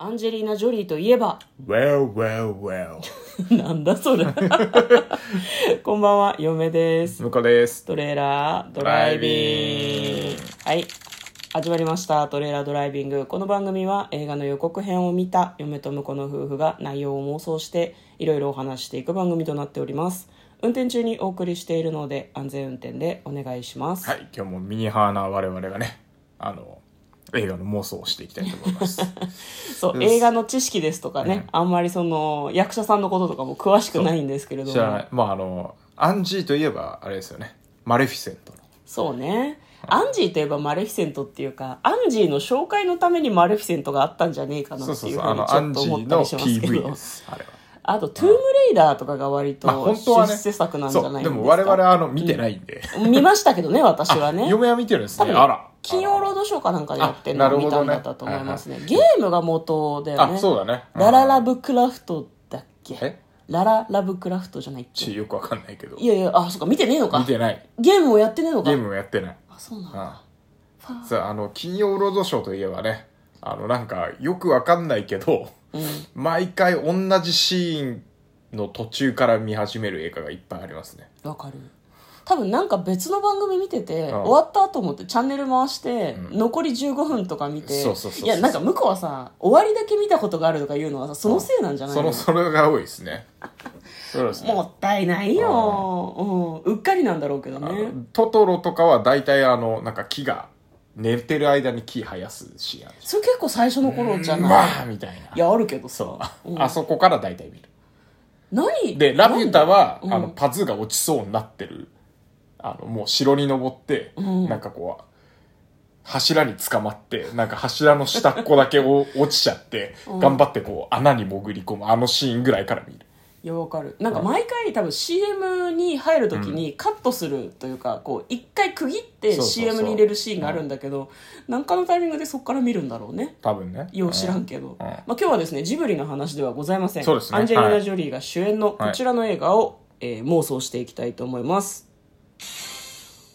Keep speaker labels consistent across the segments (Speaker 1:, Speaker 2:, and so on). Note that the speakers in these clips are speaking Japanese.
Speaker 1: アンジェリーナ・ジョリーといえば、
Speaker 2: Well, well, well.
Speaker 1: なんだそれ。 こんばんは、嫁です。
Speaker 2: 向こうです。
Speaker 1: トレーラードライビング。はい。始まりました。トレーラードライビング。この番組は映画の予告編を見た嫁と婿の夫婦が内容を妄想していろいろお話していく番組となっております。運転中にお送りしているので安全運転でお願いします。
Speaker 2: はい、今日もミニハーな我々がね、あの、映画の妄想をしていきたいと思 います。
Speaker 1: そう、映画の知識ですとかね、あんまりその役者さんのこととかも詳しくないんですけれど
Speaker 2: 知らな
Speaker 1: も。
Speaker 2: い。まあ、あの、アンジーといえば、あれですよね。マレフィセントの。
Speaker 1: そうね。アンジーといえばマレフィセントっていうか、アンジーの紹介のためにマレフィセントがあったんじゃねえかな
Speaker 2: そ
Speaker 1: っ
Speaker 2: う
Speaker 1: て
Speaker 2: そう
Speaker 1: いう
Speaker 2: そう、
Speaker 1: ふ
Speaker 2: あ
Speaker 1: うに
Speaker 2: の、
Speaker 1: ち
Speaker 2: ア
Speaker 1: ょ
Speaker 2: ン
Speaker 1: っと
Speaker 2: ジ
Speaker 1: 思っ
Speaker 2: ー
Speaker 1: た
Speaker 2: の
Speaker 1: りしますけ
Speaker 2: PV
Speaker 1: ど
Speaker 2: で。す。あれは。
Speaker 1: あと、トゥームレイダーとかが割と
Speaker 2: まあ、本当はね、
Speaker 1: 出世作なんじゃないんです
Speaker 2: そう、
Speaker 1: か。
Speaker 2: でも我々、あの、見てないんで。
Speaker 1: 見ましたけどね、私はね。
Speaker 2: 嫁は見てるんです
Speaker 1: 多
Speaker 2: ね。
Speaker 1: 分
Speaker 2: あら。
Speaker 1: 金曜ロードショーかなんかでやってる
Speaker 2: あな
Speaker 1: の
Speaker 2: る
Speaker 1: を
Speaker 2: ほ
Speaker 1: 見
Speaker 2: どね
Speaker 1: たんだったと思いますね。ゲームが元だよね。
Speaker 2: あ、そうだね。うん
Speaker 1: ラララ。ブクラフトだっけ
Speaker 2: え
Speaker 1: ラララブクラフトじゃないっけ
Speaker 2: ちよくわかんないけど。
Speaker 1: いやいや、あ、そっか、見てねえのか
Speaker 2: 見。てない。
Speaker 1: ゲームをやってねえのか。
Speaker 2: ゲームもやってない。
Speaker 1: あ、そうなんだ。
Speaker 2: うんさあ、あの、金曜ロードショーといえばね、あの、なんか、よくわかんないけど、毎回同じシーンの途中から見始める映画がいっぱいありますね。
Speaker 1: わかる多分なんか別の番組見てて、
Speaker 2: うん
Speaker 1: 終わったと思ってチャンネル回して、残り15分とか見て
Speaker 2: そうそうそうそう
Speaker 1: やなんか向こうはさ終わりだけ見たことがあるとか言うのはさそのせいなんじゃない
Speaker 2: そ
Speaker 1: の、
Speaker 2: の、それが多いですね。そうですね。
Speaker 1: もったいないよ、うん、うっかりなんだろうけど
Speaker 2: あ
Speaker 1: ね
Speaker 2: のトトロとかは大体あの、なんか木が、寝てる間に木生やすシーンある
Speaker 1: それ結構最初の頃じ
Speaker 2: じ
Speaker 1: ゃ
Speaker 2: ゃん。
Speaker 1: ない、
Speaker 2: まあみたいな。
Speaker 1: いやあるけどさうん
Speaker 2: あそこから大体見る。
Speaker 1: 何
Speaker 2: で、ラピュタは、
Speaker 1: うん
Speaker 2: あの、パズーが落ちそうになってる。あの、もう城に登って、
Speaker 1: うん
Speaker 2: なんかこう、柱に捕まって、なんか柱の下っこだけを落ちちゃって、
Speaker 1: うん
Speaker 2: 頑張ってこう、穴に潜り込む、あのシーンぐらいから見る。
Speaker 1: いやわかるなんか毎回多分 CM に入るときにカットするというかこう一回区切って
Speaker 2: そうそうそう
Speaker 1: CM に入れるシーンがあるんだけど何かのタイミングでそこから見るんだろうね
Speaker 2: 多分ね。
Speaker 1: よう知ら
Speaker 2: うん
Speaker 1: けど、まあ、今日はですねジブリの話ではございません
Speaker 2: そうですね
Speaker 1: アンジェリー
Speaker 2: は
Speaker 1: ナ・
Speaker 2: い
Speaker 1: ジョリーが主演のこちらの映画を、えー妄想していきたいと思います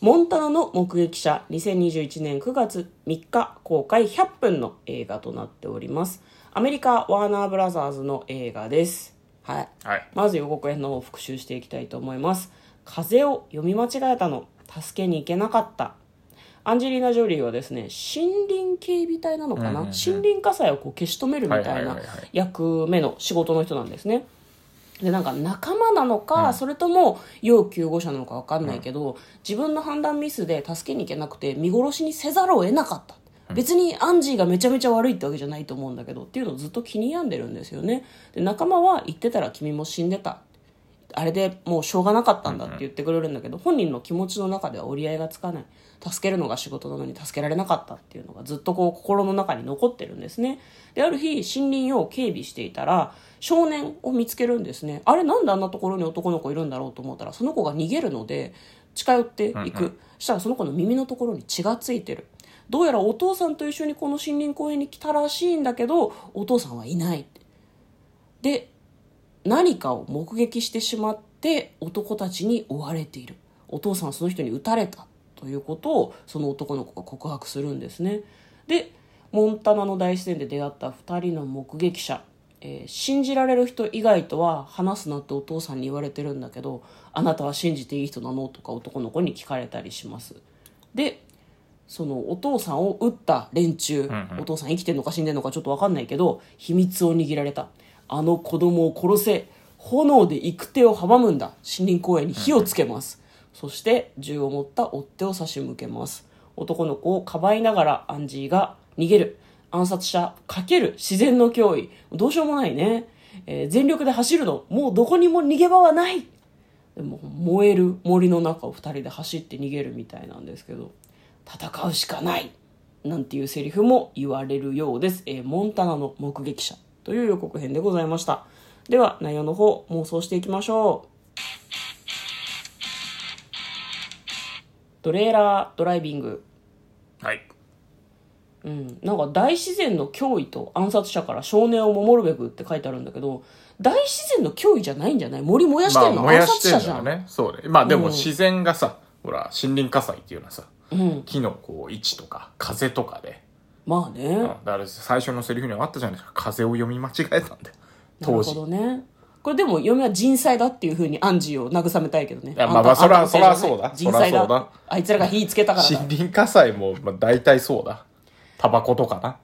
Speaker 1: モンタナの目撃者2021年9月3日公開100分の映画となっておりますアメリカワーナーブラザーズの映画ですはい
Speaker 2: んはい。
Speaker 1: まず予告編の方を復習していきたいと思います。風を読み間違えたの。助けに行けなかった。アンジェリーナ・ジョリーはですね、森林警備隊なのかな、
Speaker 2: うんうんうん
Speaker 1: 森林火災をこう消し止めるみた
Speaker 2: はいいはい
Speaker 1: な
Speaker 2: はいはい
Speaker 1: 役目の仕事の人なんですね。で、なんか仲間なのか、それとも要救護者なのかわかんないけど、自分の判断ミスで助けに行けなくて見殺しにせざるを得なかった。別にアンジーがめちゃめちゃ悪いってわけじゃないと思うんだけどっていうのをずっと気に病んでるんですよねで仲間は言ってたら君も死んでたあれでもうしょうがなかったんだって言ってくれるんだけど、本人の気持ちの中では折り合いがつかない助けるのが仕事なのに助けられなかったっていうのがずっとこう心の中に残ってるんですねである日森林を警備していたら少年を見つけるんですねあれなんであんなところに男の子いるんだろうと思ったらその子が逃げるので近寄っていく、したらその子の耳のところに血がついてるどうやらお父さんと一緒にこの森林公園に来たらしいんだけどお父さんはいないで何かを目撃してしまって男たちに追われているお父さんはその人に撃たれたということをその男の子が告白するんですねでモンタナの大自然で出会った2人の目撃者、えー信じられる人以外とは話すなってお父さんに言われてるんだけどあなたは信じていい人なのとか男の子に聞かれたりしますでそのお父さんを撃った連中、お父さん生きてるのか死んでるのかちょっと分かんないけど秘密を握られたあの子供を殺せ炎で行く手を阻むんだ森林公園に火をつけます、そして銃を持った追っ手を差し向けます男の子をかばいながらアンジーが逃げる暗殺者かける自然の脅威どうしようもないね、えー全力で走るのもうどこにも逃げ場はないでも燃える森の中を2人で走って逃げるみたいなんですけど戦うしかないなんていうセリフも言われるようです、えーモンタナの目撃者という予告編でございましたでは内容の方妄想していきましょうトレーラードライビング
Speaker 2: はい。
Speaker 1: うんなんか大自然の脅威と暗殺者から少年を守るべくって書いてあるんだけど大自然の脅威じゃないんじゃない森燃やしてんの、
Speaker 2: 燃や
Speaker 1: 暗
Speaker 2: して
Speaker 1: 殺
Speaker 2: ん
Speaker 1: 者
Speaker 2: だ
Speaker 1: じゃ
Speaker 2: よ
Speaker 1: ん、
Speaker 2: ね。そうね。まあで
Speaker 1: う
Speaker 2: も
Speaker 1: ん
Speaker 2: 自然がさ、ほら、森林火災っていうのはさ、
Speaker 1: うん、
Speaker 2: 木のこう位置とか風とかで
Speaker 1: まあね、
Speaker 2: うんだから最初のセリフにはあったじゃないですか風を読み間違えたんだよ
Speaker 1: なる
Speaker 2: 当
Speaker 1: ほ
Speaker 2: 時
Speaker 1: どねこれでも嫁は人災だっていうふうにアンジーを慰めたいけどね
Speaker 2: いや
Speaker 1: ん
Speaker 2: まあまあ
Speaker 1: んたの
Speaker 2: そら
Speaker 1: せいじゃない
Speaker 2: そらそうだ
Speaker 1: 人災だ
Speaker 2: そらそう
Speaker 1: あいつらが火つけたからだ
Speaker 2: 森林火災も、まあ、大体そうだタバコとかな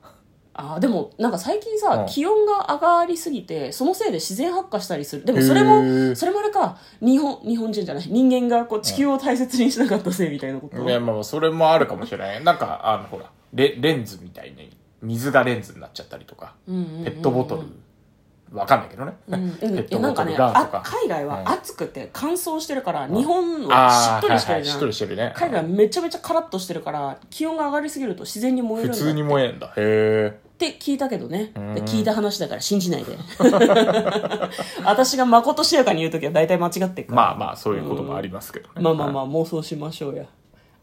Speaker 1: あーでもなんか最近さ、
Speaker 2: うん
Speaker 1: 気温が上がりすぎてそのせいで自然発火したりするでもそれも
Speaker 2: へー
Speaker 1: それもあれか日本日本人じゃない人間がこう地球を大切にしなかったせいみたいなこと、
Speaker 2: いやまあまあそれもあるかもしれないなんかあのほらレレンズみたいに水がレンズになっちゃったりとか、ペットボトルわかんないけどね、 ペ
Speaker 1: うん、い
Speaker 2: ッ
Speaker 1: や
Speaker 2: ト
Speaker 1: な
Speaker 2: ボ
Speaker 1: んか
Speaker 2: ト
Speaker 1: ね
Speaker 2: ルがと
Speaker 1: あ
Speaker 2: か
Speaker 1: 海外は
Speaker 2: うん
Speaker 1: 暑くて乾燥してるから、日本は
Speaker 2: あ
Speaker 1: し
Speaker 2: ー
Speaker 1: っとりしてるじ
Speaker 2: はいはいし
Speaker 1: ゃ
Speaker 2: っ
Speaker 1: ん、
Speaker 2: とりしてるね
Speaker 1: 海外はめちゃめちゃカラッとしてるから気温が上がりすぎると自然に燃える
Speaker 2: 普
Speaker 1: んだ
Speaker 2: 通に燃えんだへえ
Speaker 1: って聞いたけどねで聞いた話だから信じないで 私がまことしやかに言う時は大体間違ってっから、
Speaker 2: まあまあそういうこともありますけどね、
Speaker 1: まあまあま
Speaker 2: あ
Speaker 1: あ妄想しましょうや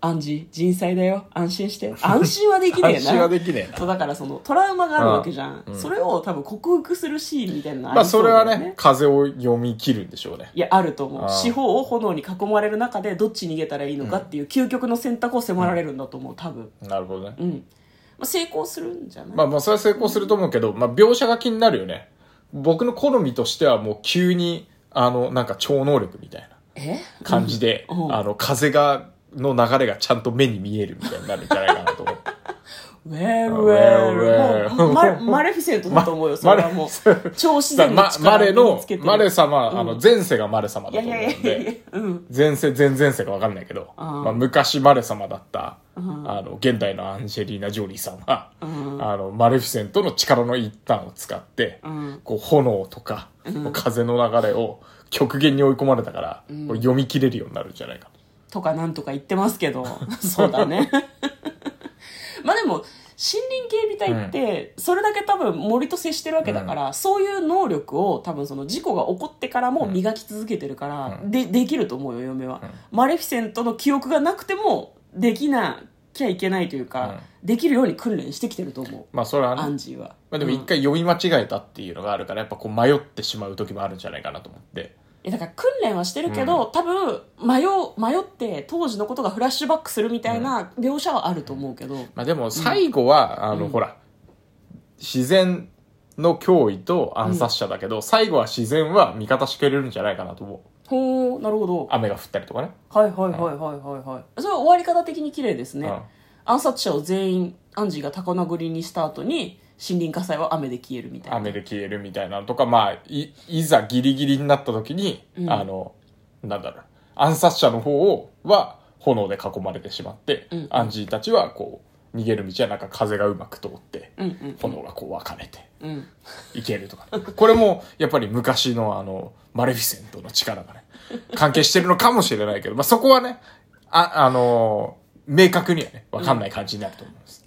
Speaker 1: アンジ人災だよ安心して安心はできねえな
Speaker 2: 安心はできねえな
Speaker 1: そうだからそのトラウマがあるわけじゃん、それを多分克服するシーンみたいなの
Speaker 2: まあ
Speaker 1: り
Speaker 2: そうれ
Speaker 1: だよ
Speaker 2: はね風を読み切るんでしょうね
Speaker 1: いやあると思う
Speaker 2: ああ
Speaker 1: 四方を炎に囲まれる中でどっち逃げたらいいのかっていう究極の選択を迫られるんだと思う多分、
Speaker 2: なるほどね、
Speaker 1: うんまあ、成功するんじゃない、
Speaker 2: まあまあそれは成功すると思うけど、まあ描写が気になるよね僕の好みとしてはもう急にあのなんか超能力みたいな
Speaker 1: え
Speaker 2: 感じで、
Speaker 1: うんうん
Speaker 2: あの風がの流れがちゃんと目に見えるみたいになるんじゃないかなと思って
Speaker 1: ウェルウェ
Speaker 2: Well,
Speaker 1: ル
Speaker 2: well.
Speaker 1: もうマ レマレフィセントだと思う よそれはもう超自
Speaker 2: だ
Speaker 1: 然の
Speaker 2: からまマ
Speaker 1: 力
Speaker 2: レ
Speaker 1: を身に
Speaker 2: の
Speaker 1: つけてる
Speaker 2: マレ様、あの前世がマレ様
Speaker 1: い
Speaker 2: だ
Speaker 1: や
Speaker 2: と
Speaker 1: い
Speaker 2: 思う
Speaker 1: や
Speaker 2: ん
Speaker 1: いやいや
Speaker 2: で
Speaker 1: うん
Speaker 2: 前世前々世か分かんないけど、
Speaker 1: ん
Speaker 2: まあ、昔マレ様だった、あの現代のアンジェリーナ・ジョリーさんは、あのマレフィセントの力の一端を使って、
Speaker 1: ん
Speaker 2: こう炎とか、風の流れを極限に追い込まれたから、これ読み切れるようになるんじゃないか
Speaker 1: とかなんとか言ってますけど そうだね まあでも森林警備隊ってそれだけ多分森と接してるわけだから、そういう能力を多分その事故が起こってからも磨き続けてるから、でできると思うよ嫁は、マレフィセントの記憶がなくてもできなきゃいけないというか、できるように訓練してきてると思
Speaker 2: まあそれは
Speaker 1: う
Speaker 2: ね
Speaker 1: アンジーは、
Speaker 2: まあ、でも一回読み間違えたっていうのがあるからやっぱこう迷ってしまう時もあるんじゃないかなと思って
Speaker 1: いやだから訓練はしてるけど、多分迷う迷って当時のことがフラッシュバックするみたいな描写はあると思うけど、
Speaker 2: まあでも最後は、あのほら自然の脅威と暗殺者だけど、最後は自然は味方してくれるんじゃないかなと思う
Speaker 1: ほうなるほど
Speaker 2: 雨が降ったりとかね
Speaker 1: はいはいはいはいはいはいそれは終わり方的に綺麗ですね、
Speaker 2: うん
Speaker 1: 暗殺者を全員アンジーが高殴りにした後に森林火災は雨で消えるみたいな
Speaker 2: 雨で消えるみたいなのとかまあいいざギリギリになった時に、あのなんだろう暗殺者の方をは炎で囲まれてしまって、アンジーたちはこう逃げる道はなんか風がうまく通って、炎がこう分かれて
Speaker 1: うん
Speaker 2: いけるとか、これもやっぱり昔のあのマレフィセントの力がね関係してるのかもしれないけど、まあ、そこはねああの明確にはね分かんない感じになると思います、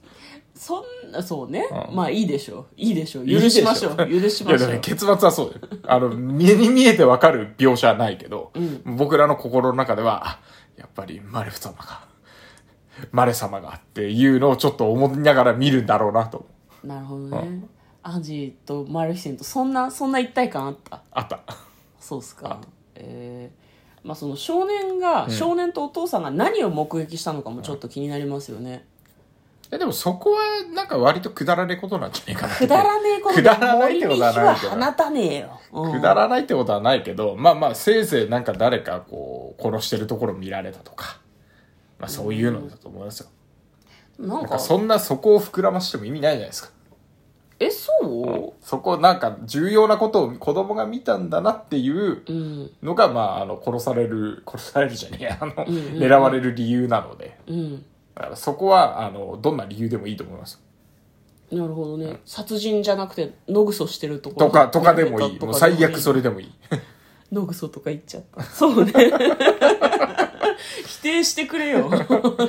Speaker 1: そんなそうね、
Speaker 2: うん
Speaker 1: まあいいでしょういいでしょう許しましょう許しましょ
Speaker 2: いやだから
Speaker 1: う
Speaker 2: 結末はそうだよ。あの、目に見えてわかる描写はないけど、僕らの心の中では、あやっぱりマレフ様が、マレ様がっていうのをちょっと思いながら見るんだろうなと。
Speaker 1: なるほどね、アンジーとマルフィセントそんなそんな一体感あった
Speaker 2: あった。
Speaker 1: そうっすか。えーまあその少年が、少年とお父さんが何を目撃したのかもちょっと気になりますよね。
Speaker 2: えでもそこはなんか割とくだらねえことなんじゃないかな。
Speaker 1: くだらねえこと
Speaker 2: くだらない
Speaker 1: 森
Speaker 2: って
Speaker 1: に
Speaker 2: こ
Speaker 1: 火
Speaker 2: とはな
Speaker 1: はい
Speaker 2: けど
Speaker 1: 放たねえよ。うん
Speaker 2: くだらないってことはないけど、まあまあ、せいぜいなんか誰かこう、殺してるところ見られたとか、まあそういうのだと思いますよ。
Speaker 1: なん
Speaker 2: なんか
Speaker 1: か、
Speaker 2: そんなそこを膨らましても意味ないじゃないですか。
Speaker 1: え、そ
Speaker 2: そこなんか重要なことを子供が見たんだなっていう
Speaker 1: ううん。
Speaker 2: のが、まあ、あの、殺される、殺されるじゃねえや、あの、
Speaker 1: んうんうん
Speaker 2: 狙われる理由なので。
Speaker 1: うん。
Speaker 2: だからそこは、あの、どんな理由でもいいと思います。
Speaker 1: なるほどね。殺人じゃなくて、野ぐそしてるところ。
Speaker 2: とか、とかでもいい。
Speaker 1: と
Speaker 2: も
Speaker 1: かと
Speaker 2: う
Speaker 1: かでもいい
Speaker 2: 最悪それでもいい。
Speaker 1: 野ぐそとか言っちゃった。そうね。 否定してくれ よ。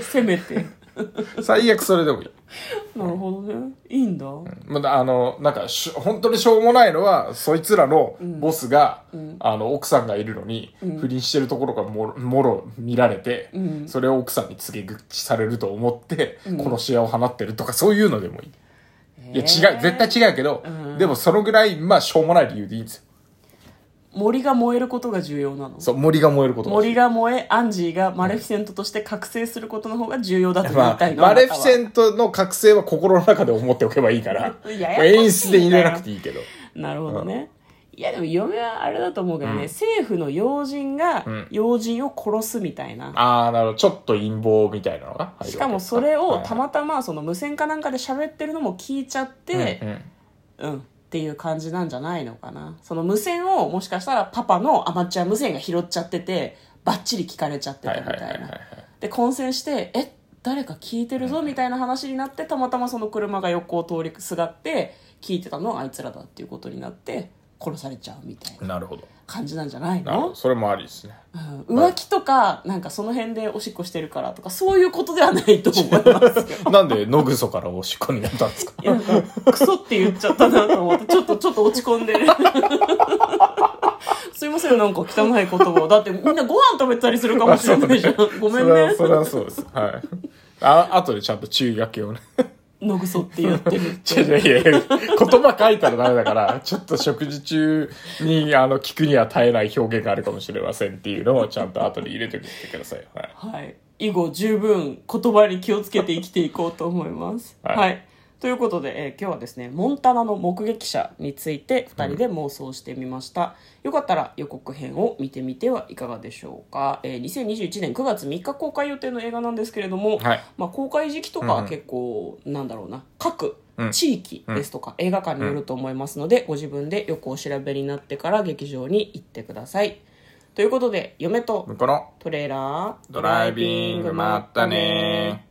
Speaker 1: せめて。
Speaker 2: 最悪それでもいい。
Speaker 1: なるほどね。いいんだ。
Speaker 2: まだあの、なんかしょ、本当にしょうもないのは、そいつらのボスが、あの、奥さんがいるのに、不倫してるところがもろもろ見られて、それを奥さんに告げ口されると思って、殺し屋を放ってるとか、そういうのでもいい。いや、違う、絶対違うけど、でもそのぐらい、まあ、しょうもない理由でいいんですよ。
Speaker 1: 森が燃えることが重要なの
Speaker 2: そう森が燃えること
Speaker 1: 森が燃えアンジーがマレフィセントとして覚醒することの方が重要だと言
Speaker 2: ま
Speaker 1: いた
Speaker 2: あ
Speaker 1: い、の、
Speaker 2: マレフィセ
Speaker 1: ン
Speaker 2: ントの覚醒は心の中で思っておけばいいから
Speaker 1: ややこしいんだよ
Speaker 2: 演出で入れなくていいけど
Speaker 1: なるほどね、いやでも嫁はあれだと思うけどね、政府の要人が
Speaker 2: ん
Speaker 1: 要人を殺すみたいな、
Speaker 2: ああなるほどちょっと陰謀みたいなのが入るわけです
Speaker 1: しかもそれをた
Speaker 2: はい
Speaker 1: またまその無線かなんかで喋ってるのも聞いちゃって、
Speaker 2: うんうん
Speaker 1: うん、っていう感じなんじゃないのかなその無線をもしかしたらパパのアマチュア無線が拾っちゃっててバッチリ聞かれちゃってた
Speaker 2: は
Speaker 1: み
Speaker 2: い
Speaker 1: た
Speaker 2: はいいはいはいは
Speaker 1: ないで混戦してえ誰か聞いてるぞみたいな話になってたまたまその車が横を通りすがって聞いてたのはあいつらだっていうことになって殺されちゃうみたいな
Speaker 2: なるほど
Speaker 1: 感じなんじゃない
Speaker 2: なるほど
Speaker 1: の、
Speaker 2: それもありですね
Speaker 1: うん、浮気とかなんかその辺でおしっこしてるからとかそういうことではないと思いますよ
Speaker 2: なんで野ぐそからおしっこになったんです か
Speaker 1: いやなんかクソって言っちゃったなと思ってちょっとちょっと落ち 込んでるすいませんなんか汚い言葉をだってみんなご飯食べたりするかもしれないじゃん、ごめん
Speaker 2: それは
Speaker 1: ね
Speaker 2: それはそうですはいあ後でちゃんと注意書きをね
Speaker 1: のぐそって言ってるって
Speaker 2: 違う違 ういや言葉書いたらダメだからちょっと食事中にあの聞くには耐えない表現があるかもしれませんっていうのをちゃんと後で入れておいてください、はい、
Speaker 1: はい。以後十分言葉に気をつけて生きていこうと思います。は、
Speaker 2: はいい
Speaker 1: ということで、えー今日はですね、モンタナの目撃者について2人で妄想してみました。よかったら予告編を見てみてはいかがでしょうか。えー2021年9月3日公開予定の映画なんですけれども、
Speaker 2: はい
Speaker 1: まあ、公開時期とかは結構、なんだろうな、各
Speaker 2: うん
Speaker 1: 地域ですとか映画館によると思いますので、ご自分でよくお調べになってから劇場に行ってください。ということで、嫁と
Speaker 2: 向こうの
Speaker 1: トレーラー
Speaker 2: ドライビングまったねー